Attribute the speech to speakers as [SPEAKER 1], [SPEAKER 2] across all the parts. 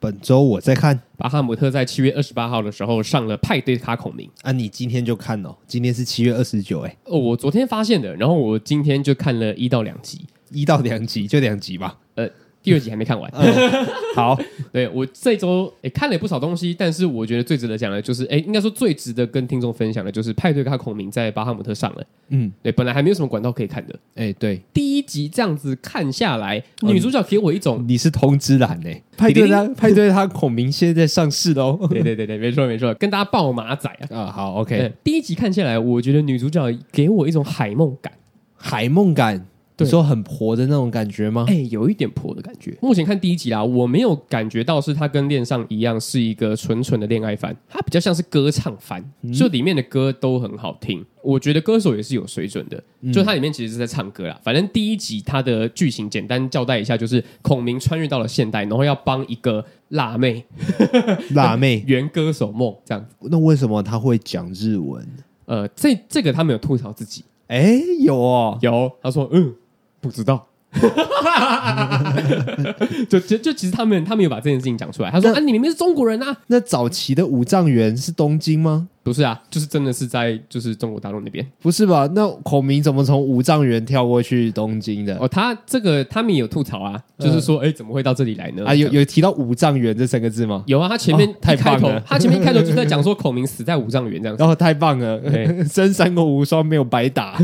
[SPEAKER 1] 本周我在看
[SPEAKER 2] 巴哈姆特在七月二十八号的时候上了派对卡孔明，
[SPEAKER 1] 啊，你今天就看哦，今天是七月二十九，哎，
[SPEAKER 2] 哦，我昨天发现的，然后我今天就看了一到两集，
[SPEAKER 1] 一到两集就两集吧。
[SPEAKER 2] 第二集还没看完。
[SPEAKER 1] 嗯 好，
[SPEAKER 2] 对我这周也看了不少东西，但是我觉得最值得讲的就是，哎，应该说最值得跟听众分享的就是派对卡孔明在巴哈姆特上了。
[SPEAKER 1] 嗯，
[SPEAKER 2] 对，本来还没有什么管道可以看的，
[SPEAKER 1] 哎、对，
[SPEAKER 2] 第一集这样子看下来，
[SPEAKER 1] 哦
[SPEAKER 2] 女主角给我 一种，
[SPEAKER 1] 你是通知男哎，派对他派对他孔明现在上市 喽。
[SPEAKER 2] 对对对对，没错没错，跟大家爆马仔啊。
[SPEAKER 1] 啊，好，OK，、
[SPEAKER 2] 对，第一集看下来，我觉得女主角给我一种海梦感。
[SPEAKER 1] 海梦感，你
[SPEAKER 2] 对
[SPEAKER 1] 说很婆的那种感觉吗？
[SPEAKER 2] 哎、有一点婆的感觉。目前看第一集啦，我没有感觉到是它跟恋上一样是一个纯纯的恋爱番，它比较像是歌唱番，就里面的歌都很好听。我觉得歌手也是有水准的，就它里面其实是在唱歌啦。反正第一集它的剧情简单交代一下，就是孔明穿越到了现代，然后要帮一个辣妹
[SPEAKER 1] 辣妹，
[SPEAKER 2] 圆歌手梦这样子。
[SPEAKER 1] 那为什么他会讲日文？
[SPEAKER 2] 呃，这这个他没有吐槽自己，
[SPEAKER 1] 哎、有哦，
[SPEAKER 2] 有他说嗯不知道。就就就其实他们他们有把这件事情讲出来，他说
[SPEAKER 1] 那
[SPEAKER 2] 啊你明明是中国人啊，
[SPEAKER 1] 那早期的五丈原是东京吗？
[SPEAKER 2] 不是啊，就是真的是在就是中国大陆那边
[SPEAKER 1] 不是吧？那孔明怎么从五丈原跳过去东京的？
[SPEAKER 2] 哦。他这个他们也有吐槽啊，就是说，哎、怎么会到这里来呢？
[SPEAKER 1] 啊，有
[SPEAKER 2] 这样
[SPEAKER 1] 有提到五丈原这三个字吗？
[SPEAKER 2] 有啊，他前面、
[SPEAKER 1] 哦太棒
[SPEAKER 2] 一开头
[SPEAKER 1] 了，
[SPEAKER 2] 他前面一开头就在讲 说孔明死在五丈原这样子。
[SPEAKER 1] 然后哦太棒了，
[SPEAKER 2] 对
[SPEAKER 1] 真三国无双没有白打，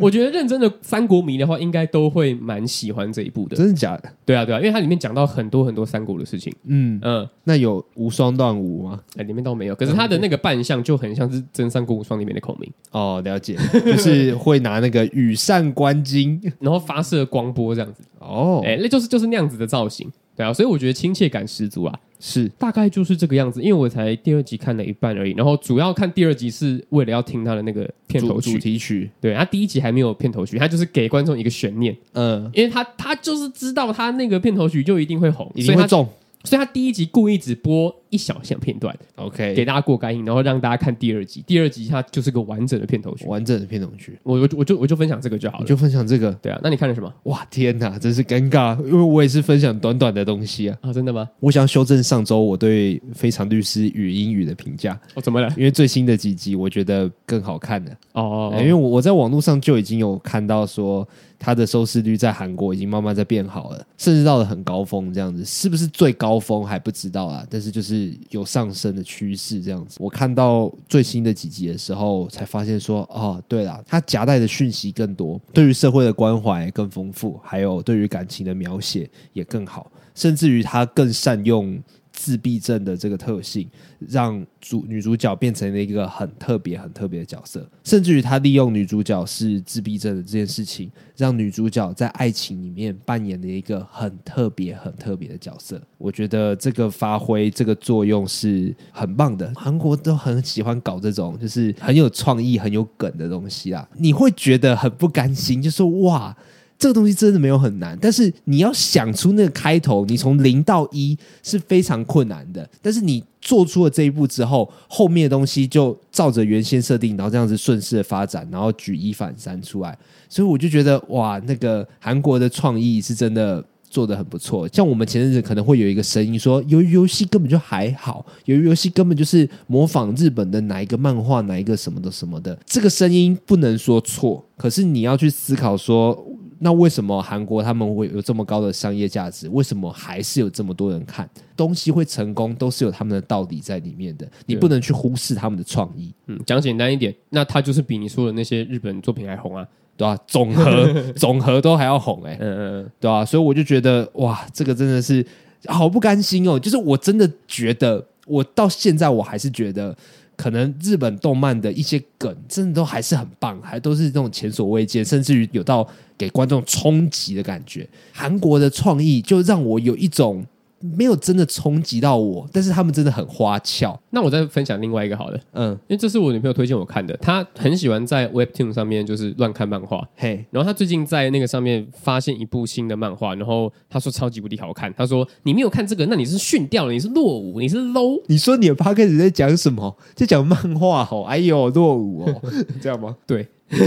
[SPEAKER 2] 我觉得认真的三国迷的话，应该都会蛮喜欢这一部的。
[SPEAKER 1] 真的假的？
[SPEAKER 2] 对啊，对啊，因为它里面讲到很多很多三国的事情。
[SPEAKER 1] 嗯，
[SPEAKER 2] 嗯，
[SPEAKER 1] 那有无双乱舞吗？
[SPEAKER 2] 哎里面倒没有，可是他的那个扮相就很像是《真三国无双》里面的孔明，
[SPEAKER 1] 哦，了 解，就是会拿那个羽扇纶巾
[SPEAKER 2] 然后发射光波这样子，
[SPEAKER 1] 哦，
[SPEAKER 2] 哎、那就是就是那样子的造型。对啊，所以我觉得亲切感十足啊。
[SPEAKER 1] 是
[SPEAKER 2] 大概就是这个样子，因为我才第二集看了一半而已，然后主要看第二集是为了要听他的那个片
[SPEAKER 1] 主
[SPEAKER 2] 头
[SPEAKER 1] 主
[SPEAKER 2] 曲。
[SPEAKER 1] 题曲，
[SPEAKER 2] 对，他第一集还没有片头曲，他就是给观众一个悬念，
[SPEAKER 1] 嗯，
[SPEAKER 2] 因为他他就是知道他那个片头曲就一定会红，
[SPEAKER 1] 一
[SPEAKER 2] 所
[SPEAKER 1] 定
[SPEAKER 2] 以
[SPEAKER 1] 会
[SPEAKER 2] 他
[SPEAKER 1] 中。
[SPEAKER 2] 所以他第一集故意只播一小项片段
[SPEAKER 1] OK，
[SPEAKER 2] 给大家过干瘾，然后让大家看第二集。第二集它就是个完整的片头曲。
[SPEAKER 1] 完整的片头曲，
[SPEAKER 2] 我我就我就我就分享这个就好
[SPEAKER 1] 你
[SPEAKER 2] 了。
[SPEAKER 1] 就分享这个。
[SPEAKER 2] 对啊，那你看了什么
[SPEAKER 1] 哇，天哪，真是尴尬，因为我也是分享短短的东西啊。
[SPEAKER 2] 啊？真的吗？
[SPEAKER 1] 我想修正上周我对《非常律师与英语》的评价，
[SPEAKER 2] 哦，怎么了？
[SPEAKER 1] 因为最新的几集我觉得更好看了。
[SPEAKER 2] 哦，
[SPEAKER 1] 哎因为我我在网络上就已经有看到说，它的收视率在韩国已经慢慢在变好了，甚至到了很高峰这样子，是不是最高峰还不知道啊？但是就是有上升的趋势这样子。我看到最新的几集的时候，才发现说，哦，对啦，它夹带的讯息更多，对于社会的关怀更丰富，还有对于感情的描写也更好，甚至于它更善用。自闭症的这个特性，让主女主角变成了一个很特别、很特别的角色，甚至于他利用女主角是自闭症的这件事情，让女主角在爱情里面扮演了一个很特别、很特别的角色。我觉得这个发挥、这个作用是很棒的。韩国都很喜欢搞这种，就是很有创意、很有梗的东西啦。你会觉得很不甘心，就说哇。这个东西真的没有很难，但是你要想出那个开头，你从零到一是非常困难的。但是你做出了这一步之后，后面的东西就照着原先设定，然后这样子顺势的发展，然后举一反三出来。所以我就觉得哇，那个韩国的创意是真的。做的很不错，像我们前阵子可能会有一个声音说，由于游戏根本就还好，由于游戏根本就是模仿日本的哪一个漫画，哪一个什么的什么的，这个声音不能说错，可是你要去思考说，那为什么韩国他们会有这么高的商业价值？为什么还是有这么多人看？东西会成功都是有他们的道理在里面的，你
[SPEAKER 2] 对
[SPEAKER 1] 不能去忽视他们的创意。
[SPEAKER 2] 嗯，讲简单一点，那它就是比你说的那些日本作品还红啊。
[SPEAKER 1] 对吧、总和总和都还要红哎、
[SPEAKER 2] 嗯嗯嗯，
[SPEAKER 1] 对吧、所以我就觉得哇，这个真的是好不甘心哦。就是我真的觉得，我到现在我还是觉得，可能日本动漫的一些梗真的都还是很棒，还都是那种前所未见，甚至于有到给观众冲击的感觉。韩国的创意就让我有一种。没有真的冲击到我，但是他们真的很花俏，
[SPEAKER 2] 那我再分享另外一个好了。
[SPEAKER 1] 嗯，
[SPEAKER 2] 因为这是我女朋友推荐我看的，她很喜欢在 Webtoon 上面就是乱看漫画。
[SPEAKER 1] 嘿，
[SPEAKER 2] 然后她最近在那个上面发现一部新的漫画，然后她说超级无敌好看。她说你没有看这个，那你是逊掉了，你是落伍，你是 low。
[SPEAKER 1] 你说你的 p o d c a s 在讲什么？在讲漫画哦，哎呦，落伍哦，这样吗？
[SPEAKER 2] 对，
[SPEAKER 1] 对
[SPEAKER 2] 没有啦没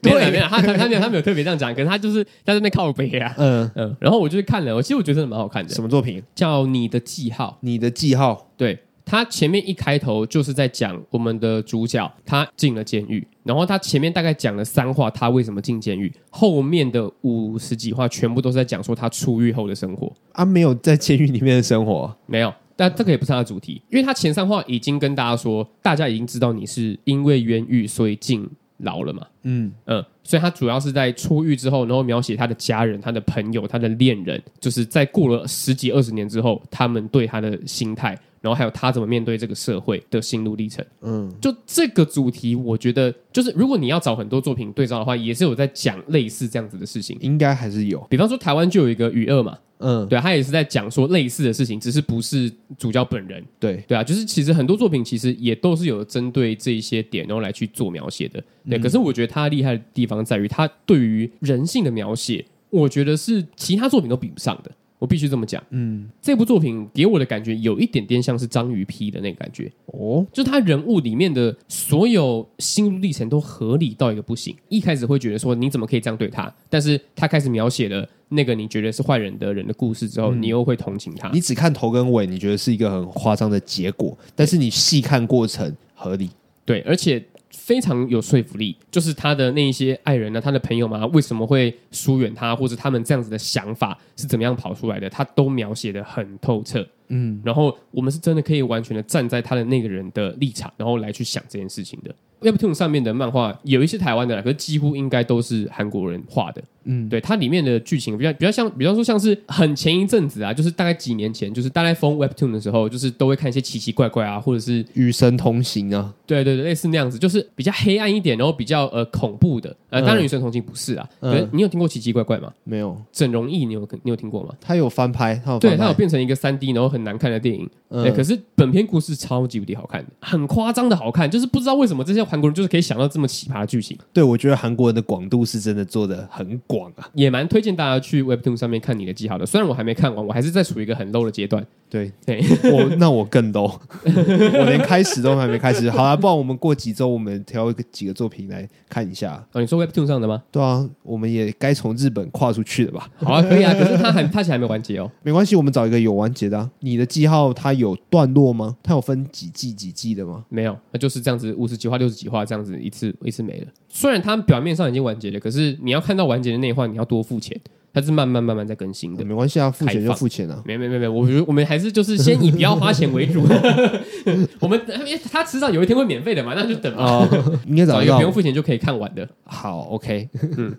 [SPEAKER 1] 对，
[SPEAKER 2] 有啦， 他他他没有他没有特别这样讲，可是他就是他在那边靠北啊。
[SPEAKER 1] 嗯，
[SPEAKER 2] 嗯，然后我就是看了，我其实我觉得真的蛮好看的
[SPEAKER 1] 什，么作品？
[SPEAKER 2] 叫《你的记号》。
[SPEAKER 1] 你的记号
[SPEAKER 2] 对他前面一开头就是在讲我们的主角他进了监狱，然后他前面大概讲了三话他为什么进监狱，后面的五十几话全部都是在讲说他出狱后的生活。
[SPEAKER 1] 啊，没有在监狱里面的生活，
[SPEAKER 2] 没有，但这个也不是他的主题，因为他前三话已经跟大家说，大家已经知道你是因为冤狱所以进牢了嘛。
[SPEAKER 1] 嗯，
[SPEAKER 2] 嗯，所以他主要是在出狱之后，然后描写他的家人、他的朋友、他的恋人，就是在过了十几二十年之后，他们对他的心态，然后还有他怎么面对这个社会的心路历程。嗯，就这个主题，我觉得就是如果你要找很多作品对照的话，也是有在讲类似这样子的事情。
[SPEAKER 1] 应该还是有，
[SPEAKER 2] 比方说台湾就有一个雨二嘛，
[SPEAKER 1] 嗯，
[SPEAKER 2] 对，他也是在讲说类似的事情，只是不是主角本人，
[SPEAKER 1] 对，
[SPEAKER 2] 对啊，就是其实很多作品其实也都是有针对这一些点，然后来去做描写的。对，可是我觉得他厉害的地方在于他对于人性的描写，我觉得是其他作品都比不上的。我必须这么讲，
[SPEAKER 1] 嗯，
[SPEAKER 2] 这部作品给我的感觉有一点点像是章鱼批的那个感觉，
[SPEAKER 1] 哦，
[SPEAKER 2] 就是他人物里面的所有心路历程都合理到一个不行。一开始会觉得说你怎么可以这样对他，但是他开始描写了那个你觉得是坏人的人的故事之后，你又会同情他。
[SPEAKER 1] 你只看头跟尾，你觉得是一个很夸张的结果，但是你细看过程合理，
[SPEAKER 2] 对，而且非常有说服力。就是他的那一些爱人呢、啊他的朋友嘛，为什么会疏远他，或者他们这样子的想法是怎么样跑出来的，他都描写的很透彻。嗯，然后我们是真的可以完全的站在他的那个人的立场，然后来去想这件事情的。Webtoon 上面的漫画有一些台湾的啦，可是几乎应该都是韩国人画的。嗯，对，它里面的剧情比较比较像，比方说像是很前一阵子啊，就是大概几年前，就是大概封 Webtoon 的时候，就是都会看一些奇奇怪怪啊，或者是
[SPEAKER 1] 与神同行啊，
[SPEAKER 2] 对对对，类似那样子，就是比较黑暗一点，然后比较呃恐怖的。呃，
[SPEAKER 1] 嗯
[SPEAKER 2] 当然《与神同行》不是啊。
[SPEAKER 1] 嗯
[SPEAKER 2] 可是你有听过奇奇怪怪吗？
[SPEAKER 1] 没有，
[SPEAKER 2] 整容艺你有你有听过吗？
[SPEAKER 1] 他有翻拍，他有翻
[SPEAKER 2] 对，
[SPEAKER 1] 拍，
[SPEAKER 2] 它有变成一个三 D 然后很难看的电影。
[SPEAKER 1] 哦嗯
[SPEAKER 2] 对，可是本片故事超级无敌好看的，很夸张的好看，就是不知道为什么这些韩国人就是可以想到这么奇葩的剧情，
[SPEAKER 1] 对我觉得韩国人的广度是真的做的很广啊，
[SPEAKER 2] 也蛮推荐大家去 Webtoon 上面看你的记号的。虽然我还没看完，我还是在处于一个很 low 的阶段。
[SPEAKER 1] 对，
[SPEAKER 2] 对，
[SPEAKER 1] 我那我更 low，我 连开始都还没开始。好啦，不然我们过几周我们挑一个几个作品来看一下。
[SPEAKER 2] 哦，你说 Webtoon 上的吗？
[SPEAKER 1] 对啊，我们也该从日本跨出去了吧？
[SPEAKER 2] 好啊，可以啊，可是它还它其实还没完结哦。
[SPEAKER 1] 没关系，我们找一个有完结的、啊。你的记号它有段落吗？它有分几季几季的吗？
[SPEAKER 2] 没有，那就是这样子，五十几话、六十几话这样子，一次一次没了。虽然它表面上已经完结了，可是你要看到完结的那一话，你要多付钱，它是慢慢慢慢在更新的。
[SPEAKER 1] 没关系啊，付钱
[SPEAKER 2] 开
[SPEAKER 1] 就
[SPEAKER 2] 放
[SPEAKER 1] 付钱啊。
[SPEAKER 2] 没没没没，我觉得我们还是就是先以不要花钱为主。我们因为它迟早有一天会免费的嘛，那就等嘛，
[SPEAKER 1] 哦， 应该找
[SPEAKER 2] 找
[SPEAKER 1] 得
[SPEAKER 2] 一个
[SPEAKER 1] 到
[SPEAKER 2] 不。用付钱就可以看完的。
[SPEAKER 1] 好，OK，嗯，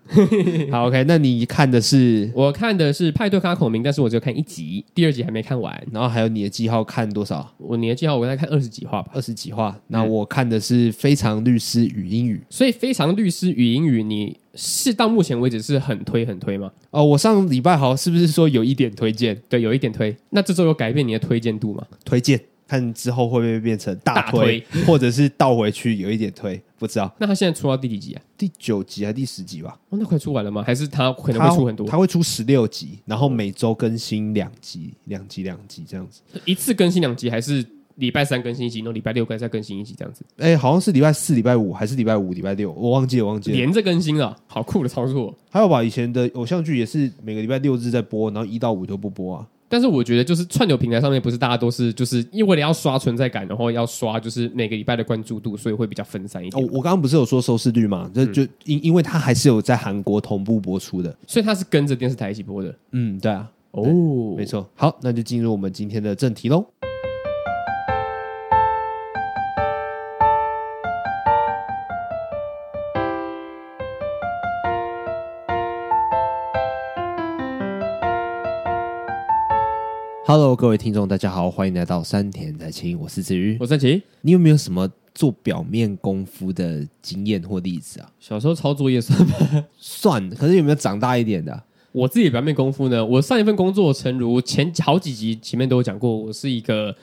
[SPEAKER 1] 好，OK。那你看的是，
[SPEAKER 2] 我看的是《派对咖孔明》，但是我只有看一集，第二集还没看完。
[SPEAKER 1] 然后还有你的记号看多少？
[SPEAKER 2] 我年纪好，我在看二十几话吧。
[SPEAKER 1] 二十几话。那我看的是《非常律师与英语》
[SPEAKER 2] 所以《非常律师与英语》，你是到目前为止是很推很推吗？
[SPEAKER 1] 哦。我上礼拜好是不是说有一点推荐？
[SPEAKER 2] 对，有一点推。那这周有改变你的推荐度吗？
[SPEAKER 1] 推荐，看之后会不会变成大推，或者是倒回去有一点推，不知道
[SPEAKER 2] 那他现在出到第几集啊？
[SPEAKER 1] 第九集还是第十集吧，
[SPEAKER 2] 哦，那快出完了吗？还是他可能
[SPEAKER 1] 它
[SPEAKER 2] 会出很多？
[SPEAKER 1] 它会出十六集，然后每周更新两集，两集两集这样子。
[SPEAKER 2] 一次更新两集，还是礼拜三更新一集，然后礼拜六再更新一集这样子，
[SPEAKER 1] 哎，好像是礼拜四、礼拜五还是礼拜五、礼拜六，我忘记了，忘记了。
[SPEAKER 2] 连着更新了，好酷的操作。
[SPEAKER 1] 还有吧，以前的偶像剧也是每个礼拜六日在播，然后一到五都不播啊。
[SPEAKER 2] 但是我觉得，就是串流平台上面不是大家都是，就是因为为了要刷存在感，然后要刷就是每个礼拜的关注度，所以会比较分散一
[SPEAKER 1] 哦，
[SPEAKER 2] 点。
[SPEAKER 1] 我刚刚不是有说收视率嘛？这
[SPEAKER 2] 嗯
[SPEAKER 1] 就因因为它还是有在韩国同步播出的。
[SPEAKER 2] 所以他是跟着电视台一起播的
[SPEAKER 1] 嗯，对啊，
[SPEAKER 2] 哦，
[SPEAKER 1] 没。错。好，那就进入我们今天的正题喽。Hello，各位听众，大家好，欢迎来到山田在清，我是子瑜。
[SPEAKER 2] 我在奇，
[SPEAKER 1] 你有没有什么做表面功夫的经验或例子啊？
[SPEAKER 2] 小时候抄作业算吗？
[SPEAKER 1] 算，可是有没有长大一点的啊、
[SPEAKER 2] 我自己的表面功夫呢，我上一份工作，诚如前好几集前面都有讲过，我是一个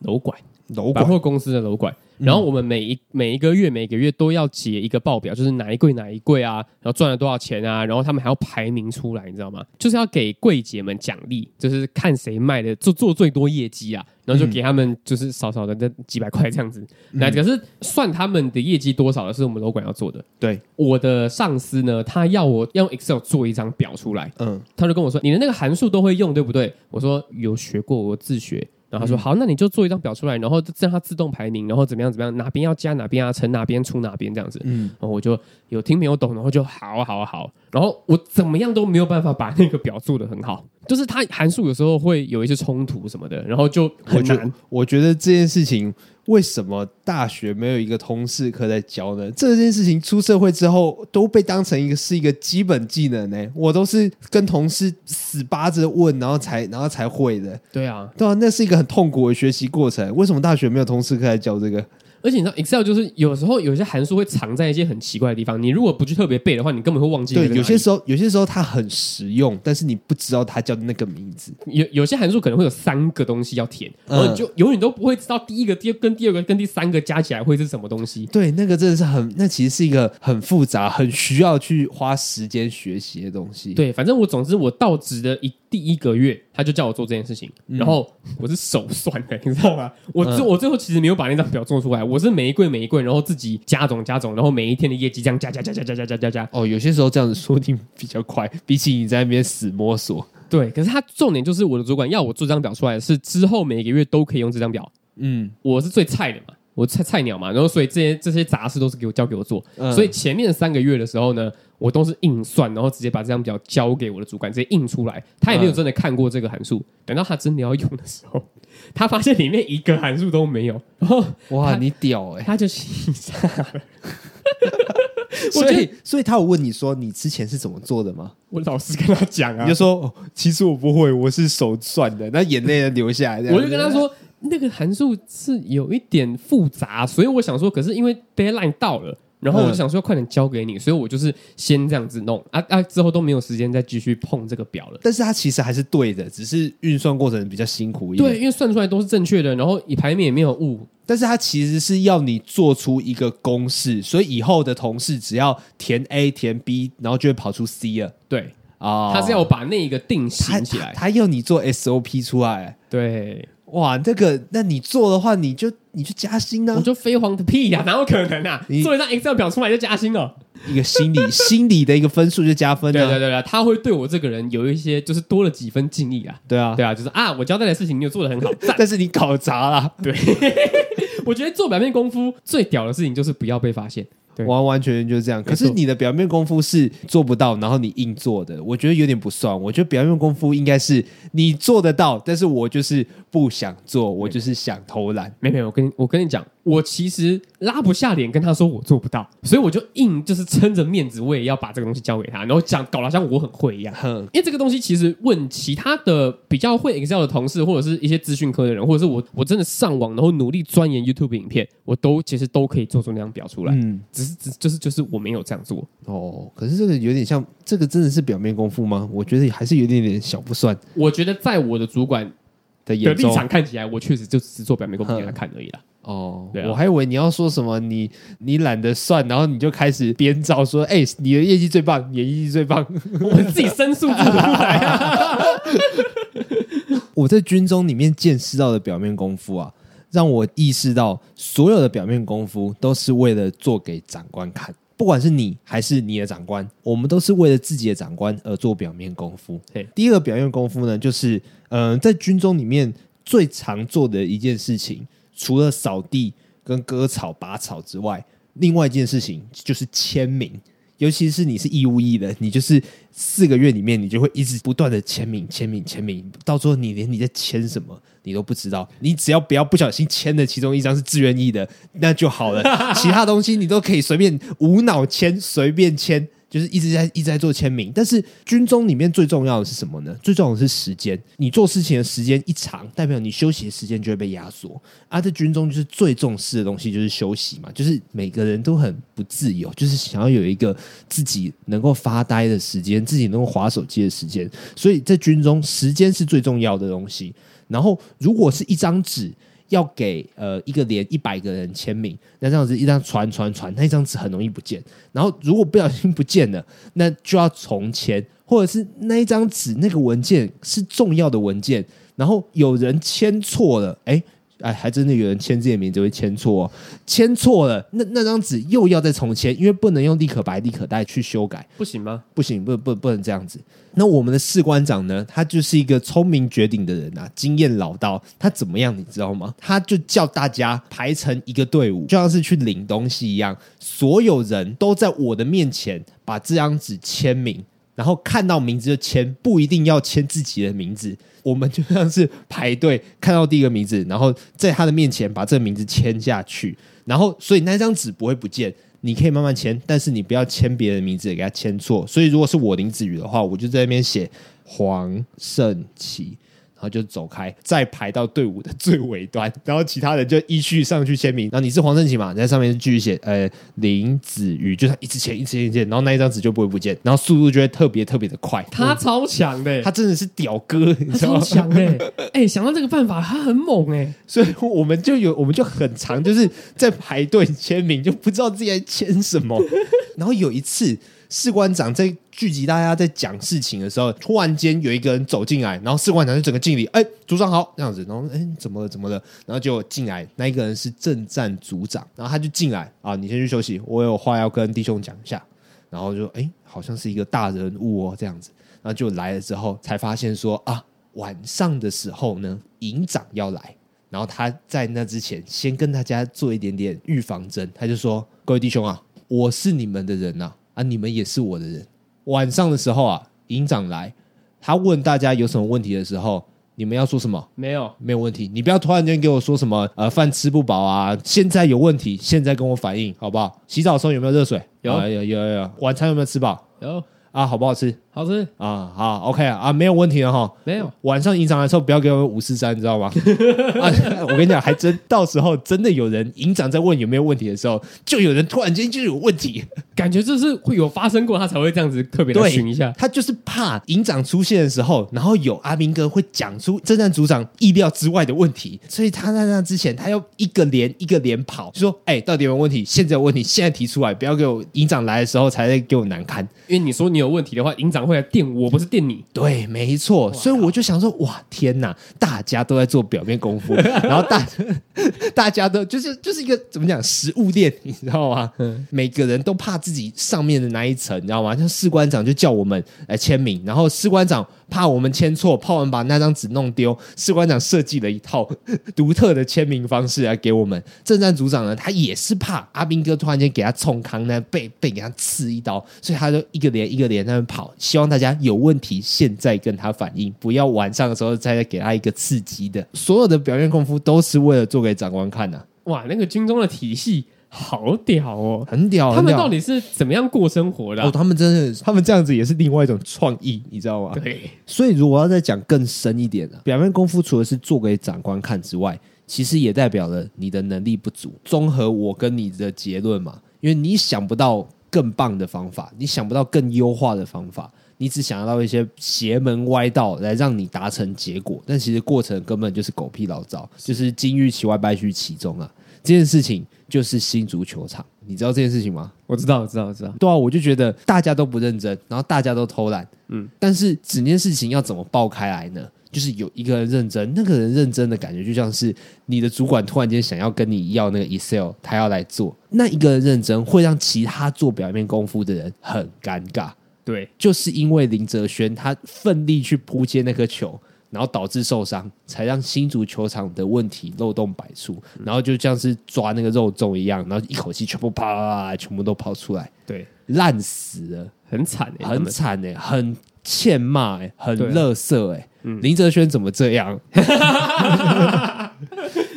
[SPEAKER 2] 楼管。
[SPEAKER 1] 楼
[SPEAKER 2] 百
[SPEAKER 1] 管
[SPEAKER 2] 货公司的楼管。然后我们每一每一个月每个月都要结一个报表，就是哪一柜哪一柜啊，然后赚了多少钱啊，然后他们还要排名出来，你知道吗？就是要给柜姐们奖励，就是看谁卖的做做最多业绩啊，然后就给他们就是少少的这几百块这样子。那、可是算他们的业绩多少的是我们楼管要做的。
[SPEAKER 1] 对，
[SPEAKER 2] 我的上司呢，他要我要用 Excel 做一张表出来，
[SPEAKER 1] 嗯，
[SPEAKER 2] 他就跟我说：“你的那个函数都会用，对不对？”我说：“有学过，我自学。”然
[SPEAKER 1] 嗯
[SPEAKER 2] 后他说：“好，那你就做一张表出来，然后就让它自动排名，然后怎么样怎么样，哪边要加哪边要乘哪边除哪边这样子。”嗯，然后我就有听没有懂，然后就好啊好啊好啊。然后我怎么样都没有办法把那个表做得很好，就是它函数有时候会有一些冲突什么的，然后就
[SPEAKER 1] 我
[SPEAKER 2] 很
[SPEAKER 1] 觉
[SPEAKER 2] 难
[SPEAKER 1] 得。我觉得这件事情为什么大学没有一个通识课在教呢？这件事情出社会之后都被当成一个是一个基本技能呢、我都是跟同事死扒着问，然后才然后才会的。
[SPEAKER 2] 对啊，
[SPEAKER 1] 对啊，那是一个很痛苦的学习过程。为什么大学没有通识课来教这个？
[SPEAKER 2] 而且你知道 Excel 就是有时候有些函数会藏在一些很奇怪的地方，你如果不去特别背的话，你根本会忘记那
[SPEAKER 1] 对
[SPEAKER 2] 个哪里。，
[SPEAKER 1] 有些时候有些时候它很实用，但是你不知道它叫那个名字。
[SPEAKER 2] 有有些函数可能会有三个东西要填，
[SPEAKER 1] 嗯
[SPEAKER 2] 然后你就永远都不会知道第一个、第二跟第二个跟第三个加起来会是什么东西。
[SPEAKER 1] 对，那个真的是很，那其实是一个很复杂、很需要去花时间学习的东西。
[SPEAKER 2] 对，反正我总之我到职的一第一个月，他就叫我做这件事情，然后我是手算的，你知道吗？我最、我最后其实没有把那张表做出来，我是每一柜每一柜，然后自己加总加总，然后每一天的业绩这样加加加加加加加加加。
[SPEAKER 1] 哦，有些时候这样子说不定比较快，比起你在那边死摸索。
[SPEAKER 2] 对，可是他重点就是我的主管要我做这张表出来，是之后每个月都可以用这张表，
[SPEAKER 1] 嗯，
[SPEAKER 2] 我是最菜的嘛，我菜菜鸟嘛，然后所以这些这些杂事都是给我交给我做，
[SPEAKER 1] 嗯
[SPEAKER 2] 所以前面三个月的时候呢，我都是硬算，然后直接把这张表交给我的主管，直接印出来，他也没有真的看过这个函数，等到他真的要用的时候， 他发现里面一个函数都没有，然后
[SPEAKER 1] 哇，
[SPEAKER 2] 他
[SPEAKER 1] 你屌 哎、
[SPEAKER 2] 他就气炸 了。我
[SPEAKER 1] 所
[SPEAKER 2] 觉得
[SPEAKER 1] 以，所以他有问你说你之前是怎么做的吗？
[SPEAKER 2] 我老实跟他讲啊
[SPEAKER 1] 你就，说、哦，其实我不会，我是手算的，那眼泪流下来。这样
[SPEAKER 2] 我
[SPEAKER 1] 子
[SPEAKER 2] 就跟他，说。那个函数是有一点复杂，所以我想说，可是因为 deadline 到了，然后
[SPEAKER 1] 嗯
[SPEAKER 2] 我就想说快点交给你，所以我就是先这样子弄啊啊，之后都没有时间再继续碰这个表了。
[SPEAKER 1] 但是他其实还是对的，只是运算过程比较辛苦一点。
[SPEAKER 2] 对，，因为算出来都是正确的，然后以排面也没有误。
[SPEAKER 1] 但是他其实是要你做出一个公式，所以以后的同事只要填 A 填 B，然后就会跑出 C 了
[SPEAKER 2] 对，
[SPEAKER 1] 啊。
[SPEAKER 2] 他是要把那一个
[SPEAKER 1] 他
[SPEAKER 2] 定型起
[SPEAKER 1] 他
[SPEAKER 2] 来。
[SPEAKER 1] 他要你做 SOP 出来。
[SPEAKER 2] 对，
[SPEAKER 1] 哇，这个，那你做的话，你就你就加薪啊呢、
[SPEAKER 2] 我就飞黄的屁呀、哪有可能啊
[SPEAKER 1] 你？
[SPEAKER 2] 做一张 Excel 表出来就加薪了。
[SPEAKER 1] 一个心 理心理的一个分数就加分啊
[SPEAKER 2] 对啊
[SPEAKER 1] 了、
[SPEAKER 2] 对对对，他会对我这个人有一些就是多了几分敬意啊。
[SPEAKER 1] 对啊，
[SPEAKER 2] 对啊，就是啊，我交代的事情你有做的很好，赞。
[SPEAKER 1] 但是你搞砸了，
[SPEAKER 2] 我觉得做表面功夫最屌的事情就是不要被发现。对
[SPEAKER 1] 完完全全就是这样。可
[SPEAKER 2] 没错
[SPEAKER 1] 是你的表面功夫是做不到，然后你硬做的，我觉得有点不算。我觉得表面功夫应该是你做得到，但是我就是不想做，我就是想偷懒。
[SPEAKER 2] 没有没有，我跟你我跟你讲，我其实拉不下脸跟他说我做不到，所以我就硬就是撑着面子，我也要把这个东西交给他，然后讲搞得好像我很会一样。
[SPEAKER 1] 哼，
[SPEAKER 2] 因为这个东西其实问其他的比较会 Excel 的同事，或者是一些资讯科的人，或者是我，我真的上网然后努力钻研 YouTube 影片，我都其实都可以做出那张表出来，
[SPEAKER 1] 嗯，
[SPEAKER 2] 只是只就是就是我没有这样做。
[SPEAKER 1] 哦，可是这个有点像，这个真的是表面功夫吗？我觉得还是有点点小不算
[SPEAKER 2] 我觉得在我的主管
[SPEAKER 1] 的
[SPEAKER 2] 的
[SPEAKER 1] 眼
[SPEAKER 2] 立
[SPEAKER 1] 中。
[SPEAKER 2] 场看起来，我确实就只是做表面功夫给他看而已啦。
[SPEAKER 1] 哦，
[SPEAKER 2] 对啊
[SPEAKER 1] 我还以为你要说什么你，你懒得算，然后你就开始编造说，哎、你的业绩最棒，你的业绩最棒。
[SPEAKER 2] 我自己申诉自己出来啊。
[SPEAKER 1] 我在军中里面见识到的表面功夫啊，让我意识到所有的表面功夫都是为了做给长官看。不管是你还是你的长官，我们都是为了自己的长官而做表面功夫
[SPEAKER 2] 对。
[SPEAKER 1] 第一个表面功夫呢，就是嗯、呃在军中里面最常做的一件事情，除了扫地跟割草、拔草之外，另外一件事情就是签名。尤其是你是义务役的，你就是四个月里面，你就会一直不断的签名、签名、签名，到最后你连你在签什么你都不知道。你只要不要不小心签的其中一张是自愿意的，那就好了。其他东西你都可以随便无脑签，随便签，就是一直在一直在做签名。但是军中里面最重要的是什么呢？最重要的是时间。你做事情的时间一长，代表你休息的时间就会被压缩。啊，在军中就是最重视的东西就是休息嘛，就是每个人都很不自由，就是想要有一个自己能够发呆的时间，自己能够划手机的时间。所以在军中，时间是最重要的东西。然后，如果是一张纸，要给呃一个连一百个人签名，那这样子一张传传传，那一张纸很容易不见。然后如果不小心不见了， 那就要重签，或者是那一张纸那个文件是重要的文件，然后有人签错了，哎、哎，还真的有人签自己的名字会签错、哦，签错了，那那张纸又要再重签，因为不能用立可白、立可带去修改。
[SPEAKER 2] 不行吗？
[SPEAKER 1] 不行，不不不能这样子。那我们的士官长呢？他就是一个聪明绝顶的人啊，经验老道。他怎么样，你知道吗？他就叫大家排成一个队伍，就像是去领东西一样，所有人都在我的面前把这张纸签名。然后看到名字就签，不一定要签自己的名字。我们就像是排队看到第一个名字，然后在他的面前把这个名字签下去。然后，所以那张纸不会不见，你可以慢慢签，但是你不要签别人的名字，给他签错。所以，如果是我林子宇的话，我就在那边写黄圣琪。然后就走开，再排到队伍的最尾端，然后其他人就依序上去签名。然后你是黄圣琪嘛，你在上面就继续写呃林子瑜，就他一直签一直签一直签，然后那一张纸就不会不见，然后速度就会特别特别的快。嗯
[SPEAKER 2] 他超强的、欸
[SPEAKER 1] 他真的是屌哥，你
[SPEAKER 2] 他
[SPEAKER 1] 知道
[SPEAKER 2] 超
[SPEAKER 1] 吗？
[SPEAKER 2] 强的、 哎、想到这个办法，他很猛哎、
[SPEAKER 1] 所以我们就有，我们就很常就是在排队签名，就不知道自己在签什么。然后有一次，士官长在聚集大家在讲事情的时候，突然间有一个人走进来，然后士官长就整个敬礼，哎，组长好，这样子。然后哎，怎么了？怎么了？然后就进来，那一个人是正战组长，然后他就进来啊，你先去休息，我有话要跟弟兄讲一下。然后就哎，好像是一个大人物哦，这样子。然后就来了之后，才发现说啊，晚上的时候呢，营长要来。然后他在那之前先跟大家做一点点预防针，他就说：“各位弟兄啊，我是你们的人呐、啊，你们也是我的人。晚上的时候啊，营长来，他问大家有什么问题的时候，你们要说什么？
[SPEAKER 2] 没有，
[SPEAKER 1] 没有问题，你不要突然间给我说什么呃饭吃不饱啊，现在有问题，现在跟我反映好不好？洗澡的时候有没有热水？
[SPEAKER 2] 有
[SPEAKER 1] 啊有有有有。晚餐有没有吃饱
[SPEAKER 2] 有
[SPEAKER 1] 啊？好不好吃
[SPEAKER 2] 好吃
[SPEAKER 1] 啊？好，OK 啊啊，没有问题了哈。
[SPEAKER 2] 没有？
[SPEAKER 1] 晚上营长来的时候，不要给我五四三，你知道吗？啊，我跟你讲，还真到时候真的有人营长在问有没有问题的时候，就有人突然间就有问题。
[SPEAKER 2] 感觉这是会有发生过，他才会这样子特别的
[SPEAKER 1] 对
[SPEAKER 2] 寻一下。
[SPEAKER 1] 他就是怕营长出现的时候，然后有阿明哥会讲出侦探组长意料之外的问题，所以他在那之前，他要一个连一个连跑，就说：“哎、到底有没有问题？现在有问题，现在提出来，不要给我营长来的时候才在给我难堪。”
[SPEAKER 2] 因为你说你有问题的话，营长会来电我，不是电你。
[SPEAKER 1] 对，没错，所以我就想说，哇，天哪，大家都在做表面功夫，然后大 大家都就是就是一个怎么讲食物链，你知道吗？每个人都怕自己上面的那一层，你知道吗？像士官长就叫我们来签名，然后士官长怕我们签错，怕我们把那张纸弄丢，士官长设计了一套 独特的签名方式来给我们。正战组长呢，他也是怕阿兵哥突然间给他冲康呢，被被给他刺一刀，所以他就一个连一个连在那边跑，希望大家有问题现在跟他反映，不要晚上的时候再给他一个刺激的。所有的表面功夫都是为了做给长官看的、
[SPEAKER 2] 哇，那个军中的体系好屌哦！
[SPEAKER 1] 很屌，
[SPEAKER 2] 他
[SPEAKER 1] 很
[SPEAKER 2] 们
[SPEAKER 1] 屌。
[SPEAKER 2] 到底是怎么样过生活的啊、
[SPEAKER 1] 哦，他们真的，他们这样子也是另外一种创意，你知道吗？
[SPEAKER 2] 对，
[SPEAKER 1] 所以如果要再讲更深一点呢、啊表面功夫除了是做给长官看之外，其实也代表了你的能力不足。综合我跟你的结论嘛，因为你想不到更棒的方法，你想不到更优化的方法，你只想到一些邪门歪道来让你达成结果，但其实过程根本就是狗屁老糟，就是金玉其外，败絮其中啊。这件事情就是新足球场，你知道这件事情吗？
[SPEAKER 2] 我知道，我知道，我知道。
[SPEAKER 1] 对啊，我就觉得大家都不认真，然后大家都偷懒，嗯，但是整件事情要怎么爆开来呢？就是有一个人认真，那个人认真的感觉，就像是你的主管突然间想要跟你要那个 Excel，他要来做，那一个人认真会让其他做表面功夫的人很尴尬，
[SPEAKER 2] 对，
[SPEAKER 1] 就是因为林哲轩他奋力去扑接那颗球，然后导致受伤，才让新足球场的问题漏洞百出，然后就像是抓那个肉粽一样，然后一口气全部啪啪啪，全部都跑出来。
[SPEAKER 2] 对，
[SPEAKER 1] 烂死了，
[SPEAKER 2] 很惨哎、
[SPEAKER 1] 很
[SPEAKER 2] 惨。
[SPEAKER 1] 惨哎、很欠骂哎、很
[SPEAKER 2] 对啊
[SPEAKER 1] 乐色哎。林哲轩怎么这样？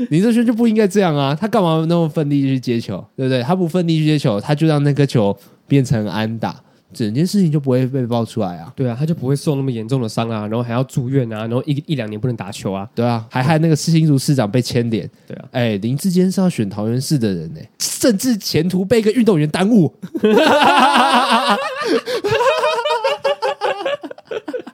[SPEAKER 1] 林哲轩就不应该这样啊！他干嘛那么奋力去接球，对不对？他不奋力去接球，他就让那颗球变成安打，整件事情就不会被爆出来啊！
[SPEAKER 2] 对啊，他就不会受那么严重的伤啊，然后还要住院啊，然后一一两年不能打球啊。
[SPEAKER 1] 对啊，还害那个新竹市长被牵连。
[SPEAKER 2] 对啊，
[SPEAKER 1] 哎，林志坚是要选桃园市的人呢、欸甚至前途被一个运动员耽
[SPEAKER 2] 啊
[SPEAKER 1] 误。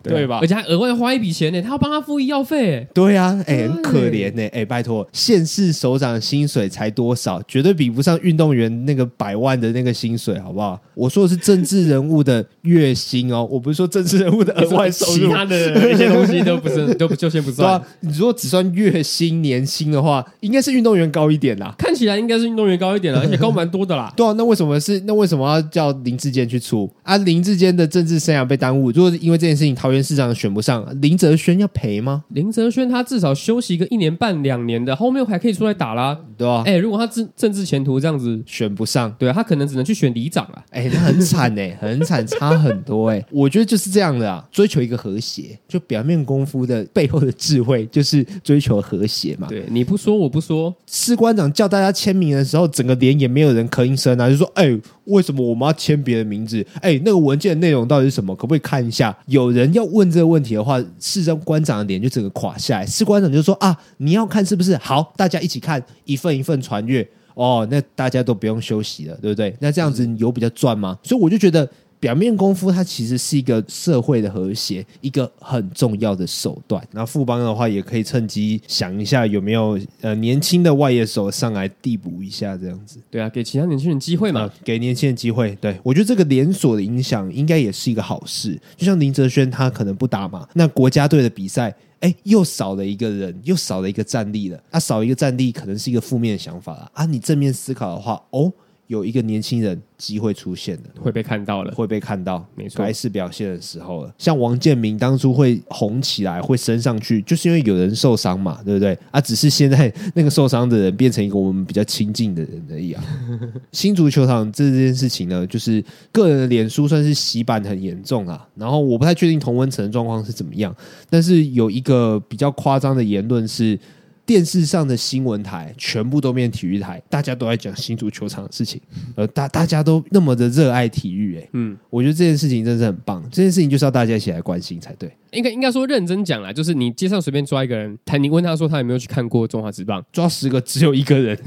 [SPEAKER 1] 对吧
[SPEAKER 2] 而？且还额外花一笔钱呢，他要帮他付医药费。欸
[SPEAKER 1] 对呀、啊，哎、
[SPEAKER 2] 对
[SPEAKER 1] 很可怜呢、哎、拜托，县市首长薪水才多少，绝对比不上运动员那个百万的那个薪水，好不好？我说的是政治人物的月薪哦，我不是说政治人物的额外收
[SPEAKER 2] 其
[SPEAKER 1] 入。
[SPEAKER 2] 他的一些东西都不是，都不就先不
[SPEAKER 1] 对
[SPEAKER 2] 算。
[SPEAKER 1] 啊，你如果只算月薪、年薪的话，应该是运动员高一点啦。
[SPEAKER 2] 看起来应该是运动员高一点 了，而且高蛮多的啦。
[SPEAKER 1] 对啊，那为什么是那为什么要叫林志坚去出啊？林志坚的政治生涯被耽误，如果是因为这件事情桃园市长选不上，林哲轩要赔吗？
[SPEAKER 2] 林哲轩他至少休息个一年半两年的，后面还可以出来打啦。
[SPEAKER 1] 对吧、
[SPEAKER 2] 哎、如果他政政治前途这样子，
[SPEAKER 1] 选不上，
[SPEAKER 2] 对啊，他可能只能去选里长啊。
[SPEAKER 1] 哎、那很惨哎、很惨，差很多哎、我觉得就是这样的啊，追求一个和谐，就表面功夫的背后的智慧，就是追求和谐嘛。
[SPEAKER 2] 对，你不说我不说，
[SPEAKER 1] 士官长叫大家签名的时候，整个连也没有人吭一声啊，就说：“哎、为什么我们要签别人名字？哎、那个文件的内容到底是什么？可不可以看一下？”有人要问这个问题的话，市政官长的脸就整个垮下来。士官长就说：“啊，你要看是不是？好，大家一起看，一份一份传阅。哦，那大家都不用休息了，对不对？那这样子有比较赚吗？所以我就觉得。”表面功夫，它其实是一个社会的和谐，一个很重要的手段。那富邦的话，也可以趁机想一下有没有呃年轻的外野手上来递补一下，这样子
[SPEAKER 2] 对啊，给其他年轻人机会嘛。
[SPEAKER 1] 啊给年轻人机会。对我觉得这个连锁的影响应该也是一个好事。就像林哲轩他可能不打嘛，那国家队的比赛。哎，又少了一个人，又少了一个战力了。啊，少一个战力，可能是一个负面的想法啦。啊，你正面思考的话，哦，有一个年轻人机会出现了。
[SPEAKER 2] 会被看到了，
[SPEAKER 1] 嗯会被看到，
[SPEAKER 2] 没错
[SPEAKER 1] 该是表现的时候了。像王建民当初会红起来，会升上去，就是因为有人受伤嘛，对不对？啊，只是现在那个受伤的人变成一个我们比较亲近的人而已 啊。新足球场这件事情呢，就是个人的脸书算是洗版很严重啊。然后我不太确定童文成的状况是怎么样，但是有一个比较夸张的言论是。电视上的新闻台全部都变体育台，大家都在讲新足球场的事情，呃，大大家都那么的热爱体育、欸，
[SPEAKER 2] 嗯，
[SPEAKER 1] 我觉得这件事情真是很棒，这件事情就是要大家一起来关心才对。
[SPEAKER 2] 应该应该说认真讲啦，就是你街上随便抓一个人，他你问他说他有没有去看过《中华职棒》，
[SPEAKER 1] 抓十个只有一个人，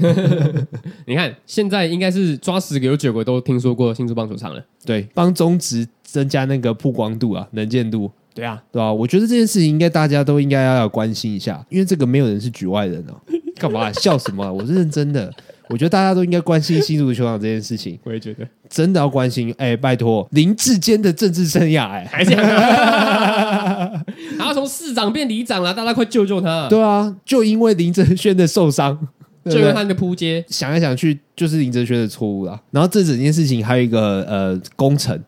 [SPEAKER 2] 你看现在应该是抓十个有九个都听说过新竹棒球场了。
[SPEAKER 1] 对，帮中职增加那个曝光度啊，能见度，
[SPEAKER 2] 对啊，
[SPEAKER 1] 对吧、我觉得这件事情应该大家都应该要有关心一下，因为这个没有人是局外人啊， 干嘛、笑什么啊、我是认真的，我觉得大家都应该关心新足球场这件事情，
[SPEAKER 2] 我也觉得，
[SPEAKER 1] 真的要关心。哎、拜托，林志坚的政治生涯、哎。
[SPEAKER 2] 还是 然后从市长变里长了，大家快救救他，
[SPEAKER 1] 对啊，就因为林哲轩的受伤，对
[SPEAKER 2] 救
[SPEAKER 1] 不
[SPEAKER 2] 救
[SPEAKER 1] 对
[SPEAKER 2] 他的扑街。
[SPEAKER 1] 想来想去就是林哲轩的错误啦。然后这整件事情还有一个呃功臣，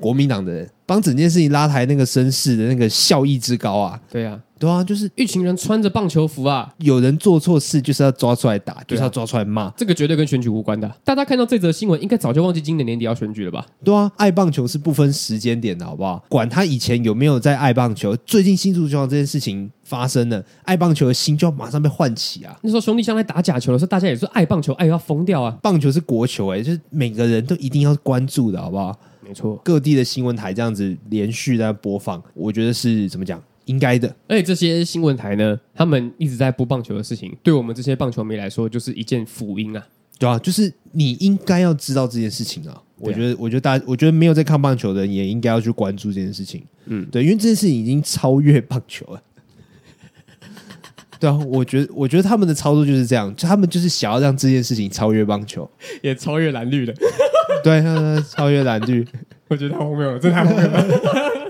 [SPEAKER 1] 国民党的人帮整件事情拉抬那个声势的那个效益之高啊，
[SPEAKER 2] 对啊，
[SPEAKER 1] 对啊，就是
[SPEAKER 2] 一群人穿着棒球服啊，
[SPEAKER 1] 有人做错事就是要抓出来打，就是要抓出来骂，
[SPEAKER 2] 这个绝对跟选举无关的。大家看到这则新闻，应该早就忘记今年年底要选举了吧？
[SPEAKER 1] 对啊，爱棒球是不分时间点的好不好？管他以前有没有在爱棒球，最近新足球场这件事情发生了，爱棒球的心就要马上被唤起啊。
[SPEAKER 2] 那时候兄弟相在打假球的时候，大家也是爱棒球，爱要疯掉啊。
[SPEAKER 1] 棒球是国球、欸，就是每个人都一定要关注的，好不好？
[SPEAKER 2] 没错，
[SPEAKER 1] 各地的新闻台这样子连续在播放，我觉得是怎么讲，应该的。
[SPEAKER 2] 而哎且这些新闻台呢，他们一直在播棒球的事情，对我们这些棒球迷来说，就是一件福音啊。
[SPEAKER 1] 对啊，就是你应该要知道这件事情啊。我觉得，我觉得大家，我觉得没有在看棒球的人也应该要去关注这件事情。
[SPEAKER 2] 嗯
[SPEAKER 1] 嗯，对，因为这件事情已经超越棒球了。对啊，我觉得，我觉得他们的操作就是这样，就他们就是想要让这件事情超越棒球，
[SPEAKER 2] 也超越蓝绿的，
[SPEAKER 1] 对，呃超越蓝绿。
[SPEAKER 2] 我觉得太荒谬了，真的太荒谬了。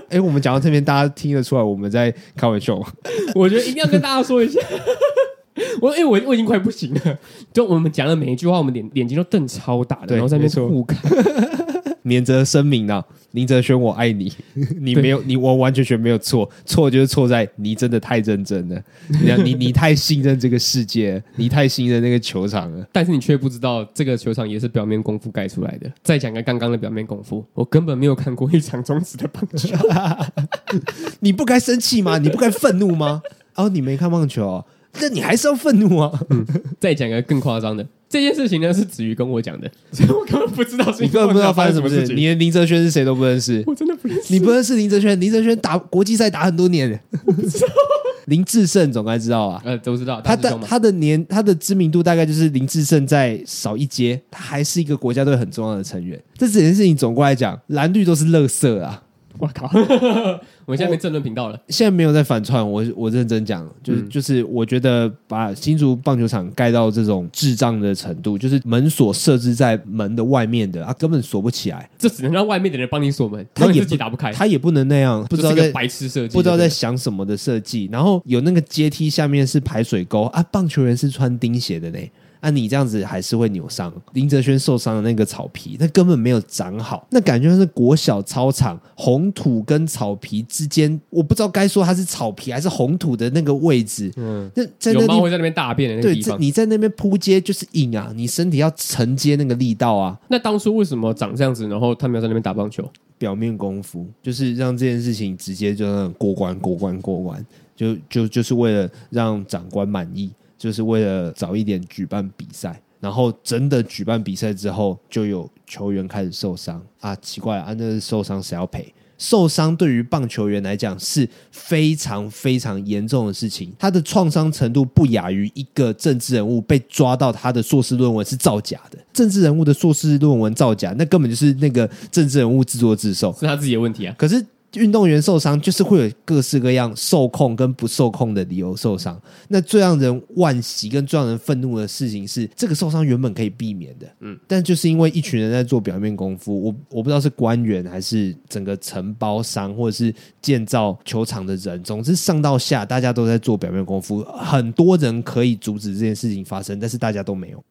[SPEAKER 1] 哎，我们讲到这边，大家听得出来我们在开玩笑吗？
[SPEAKER 2] 我觉得一定要跟大家说一下。 我哎、我我已经快不行了。就我们讲的每一句话，我们眼眼睛都瞪超大的，
[SPEAKER 1] 对
[SPEAKER 2] 然后在那
[SPEAKER 1] 没错
[SPEAKER 2] 边互看。
[SPEAKER 1] 免责声明啊，林哲轩，我爱你， 你没有你，我完全全没有错，错就是错在你真的太认真了，你你你太信任这个世界，你太信任那个球场了。
[SPEAKER 2] 但是你却不知道，这个球场也是表面功夫盖出来的。再讲个刚刚的表面功夫，我根本没有看过一场中止的棒球。
[SPEAKER 1] 你不该生气吗？你不该愤怒 吗？哦，你没看棒球、哦，那你还是要愤怒 啊！
[SPEAKER 2] 再讲个更夸张的，这件事情呢是子瑜跟我讲的，所以 我根本不知道是
[SPEAKER 1] 你根本不知道发生什么
[SPEAKER 2] 事
[SPEAKER 1] 事，你连林哲轩是谁都不认识，
[SPEAKER 2] 我真的不认识。
[SPEAKER 1] 你不认识林哲轩，林哲轩打国际赛打很多 年，林志胜总该知道啊。
[SPEAKER 2] 呃，都知道
[SPEAKER 1] 他
[SPEAKER 2] 大
[SPEAKER 1] 的
[SPEAKER 2] 师兄嘛
[SPEAKER 1] 他的年他的知名度大概就是林志胜在少一阶，他还是一个国家队很重要的成员。这整件事情总过来讲，蓝绿都是垃圾啊，
[SPEAKER 2] 我靠！我们现在变政论频道了。
[SPEAKER 1] 现在没有在反串，我我认真讲，就是、
[SPEAKER 2] 嗯
[SPEAKER 1] 就是，我觉得把新竹棒球场盖到这种智障的程度，就是门锁设置在门的外面的，啊，根本锁不起来，
[SPEAKER 2] 这只能让外面的人帮你锁门，
[SPEAKER 1] 他
[SPEAKER 2] 然后你
[SPEAKER 1] 也
[SPEAKER 2] 自己
[SPEAKER 1] 不
[SPEAKER 2] 打不开，
[SPEAKER 1] 他也不能那样，不知道
[SPEAKER 2] 哎这是
[SPEAKER 1] 在
[SPEAKER 2] 个白痴设计，
[SPEAKER 1] 不知道
[SPEAKER 2] 对
[SPEAKER 1] 在
[SPEAKER 2] 对
[SPEAKER 1] 想什么的设计。然后有那个阶梯下面是排水沟啊，棒球员是穿钉鞋的呢。啊，你这样子还是会扭伤。林哲轩受伤的那个草皮，那根本没有长好，那感觉像是国小操场红土跟草皮之间，我不知道该说它是草皮还是红土的那个位置。
[SPEAKER 2] 嗯，
[SPEAKER 1] 那在那
[SPEAKER 2] 有猫
[SPEAKER 1] 里，
[SPEAKER 2] 会在那边大便的那个
[SPEAKER 1] 对，
[SPEAKER 2] 地
[SPEAKER 1] 这
[SPEAKER 2] 方。
[SPEAKER 1] 你在那边扑街就是硬啊，你身体要承接那个力道啊。
[SPEAKER 2] 那当初为什么长这样子，然后他们要在那边打棒球？
[SPEAKER 1] 表面功夫，就是让这件事情直接就让过关过关过关，就就就是为了让长官满意，就是为了早一点举办比赛。然后真的举办比赛之后，就有球员开始受伤啊！奇怪啊，那受伤谁要赔？受伤对于棒球员来讲是非常非常严重的事情，他的创伤程度不亚于一个政治人物被抓到他的硕士论文是造假的。政治人物的硕士论文造假，那根本就是那个政治人物自作自受。
[SPEAKER 2] 是他自己的问题啊。
[SPEAKER 1] 可是运动员受伤，就是会有各式各样受控跟不受控的理由受伤。那最让人惋惜跟最让人愤怒的事情是，这个受伤原本可以避免的，嗯，但就是因为一群人在做表面功夫，我我不知道是官员还是整个承包商或者是建造球场的人，总之上到下大家都在做表面功夫，很多人可以阻止这件事情发生，但是大家都没有。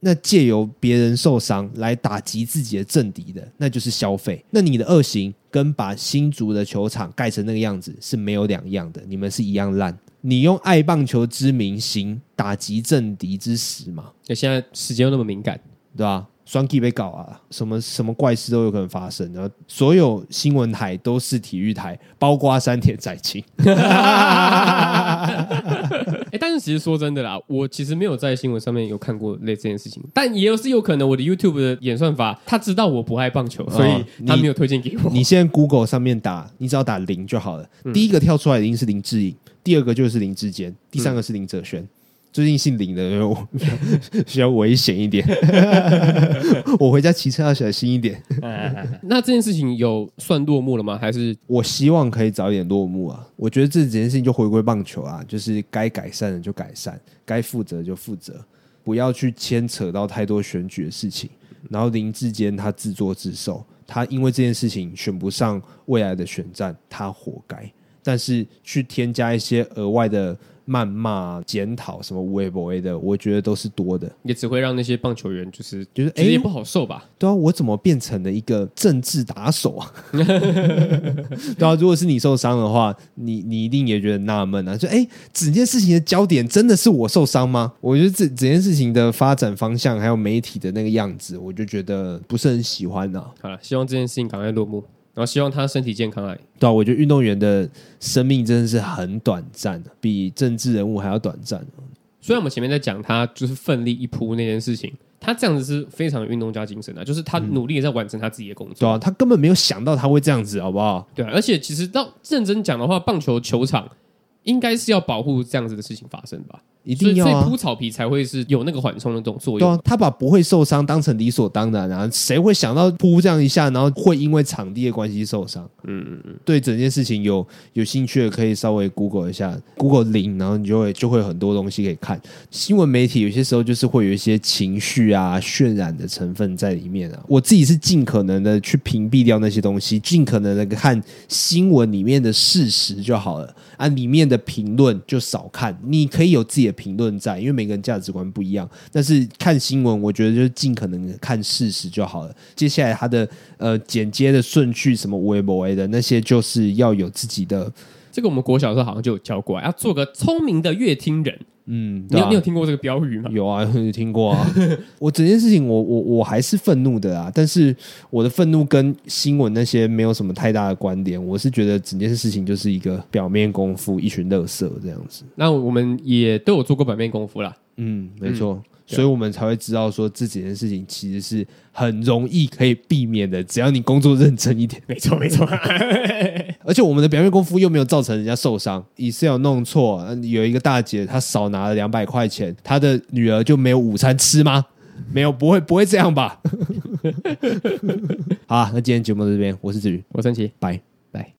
[SPEAKER 1] 那借由别人受伤来打击自己的政敌的，那就是消费。那你的恶行跟把新竹的球场盖成那个样子是没有两样的，你们是一样烂。你用爱棒球之名行打击政敌之实嘛，
[SPEAKER 2] 那现在时间又那么敏 感，
[SPEAKER 1] 对吧？双 K 被搞啊，什么什么怪事都有可能发生。然后所有新闻台都是体育台，包括山田载清。
[SPEAKER 2] 哎，但是其实说真的啦，我其实没有在新闻上面有看过类似这件事情，但也有是有可能我的 YouTube 的演算法，他知道我不爱棒球，所以
[SPEAKER 1] 你
[SPEAKER 2] 他没有推荐给我。
[SPEAKER 1] 你现在 Google 上面打，你只要打零就好了。第一个跳出来一定是林志颖，第二个就是林志坚，第三个是林哲轩。最近姓林的人我 需要危险一点， 我回家骑车要小心一点。
[SPEAKER 2] 那这件事情有算落幕了吗？还是
[SPEAKER 1] 我希望可以早点落幕啊！我觉得这整件事情就回归棒球啊，就是该改善的就改善，该负责就负责，不要去牵扯到太多选举的事情。然后林志坚他自作自受，他因为这件事情选不上未来的选战，他活该。但是去添加一些额外的谩骂、检讨什么无为不为的，我觉得都是多的。
[SPEAKER 2] 也只会让那些棒球员就是
[SPEAKER 1] 就是
[SPEAKER 2] 其实也
[SPEAKER 1] 诶
[SPEAKER 2] 不好受吧？
[SPEAKER 1] 对啊，我怎么变成了一个政治打手啊？ 对啊，如果是你受伤的话，你你一定也觉得纳闷啊，就哎，诶整件事情的焦点真的是我受伤吗？我觉得这整件事情的发展方向，还有媒体的那个样子，我就觉得不是很喜欢啊。
[SPEAKER 2] 好了，希望这件事情赶快落幕，然后希望他身体健康啊。
[SPEAKER 1] 对啊，我觉得运动员的生命真的是很短暂，啊比政治人物还要短暂。啊
[SPEAKER 2] 虽然我们前面在讲他就是奋力一扑那件事情，他这样子是非常有运动家精神啊，就是他努力地在完成他自己的工
[SPEAKER 1] 对
[SPEAKER 2] 作。
[SPEAKER 1] 啊，他根本没有想到他会这样子，好不好？
[SPEAKER 2] 对啊，而且其实到认真讲的话，棒球球场应该是要保护这样子的事情发生吧，
[SPEAKER 1] 一定要
[SPEAKER 2] 所以所
[SPEAKER 1] 啊
[SPEAKER 2] 以铺草皮才会是有那个缓冲的这种作
[SPEAKER 1] 对
[SPEAKER 2] 用。
[SPEAKER 1] 啊，他把不会受伤当成理所当然啊，谁会想到扑这样一下，然后会因为场地的关系受伤？嗯嗯嗯，对整件事情有有兴趣的可以稍微 Google 一下，Google 零，然后你就会就会有很多东西可以看。新闻媒体有些时候就是会有一些情绪啊、渲染的成分在里面啊。我自己是尽可能的去屏蔽掉那些东西，尽可能的看新闻里面的事实就好了啊，里面的评论就少看。你可以有自己的评论在，因为每个人价值观不一样。但是看新闻，我觉得就是尽可能地看事实就好了。接下来它的呃剪接的顺序，什么微博的那些，就是要有自己的
[SPEAKER 2] 这个我们国小的时候好像就有教过、啊，要做个聪明的乐听人。
[SPEAKER 1] 嗯，
[SPEAKER 2] 你
[SPEAKER 1] 对
[SPEAKER 2] 有
[SPEAKER 1] 啊
[SPEAKER 2] 你有听过这个标语吗？
[SPEAKER 1] 有啊，有听过啊。 我整件事情我，我我还是愤怒的啊，但是我的愤怒跟新闻那些没有什么太大的关联。我是觉得整件事情就是一个表面功夫，一群乐色这样子。
[SPEAKER 2] 那我们也都有做过版面功夫啦。
[SPEAKER 1] 嗯，没错。所以我们才会知道说，这几件事情其实是很容易可以避免的，只要你工作认真 一点。
[SPEAKER 2] 没错，没错。
[SPEAKER 1] 而且我们的表面功夫又没有造成人家受伤。Excel 弄错，呃有一个大姐她少拿了两百块钱，她的女儿就没有午餐吃吗？没有，不会，不会这样吧？
[SPEAKER 2] 好啊，那今天节目到这边，我是子瑜，
[SPEAKER 1] 我升旗，
[SPEAKER 2] 拜。
[SPEAKER 1] 拜。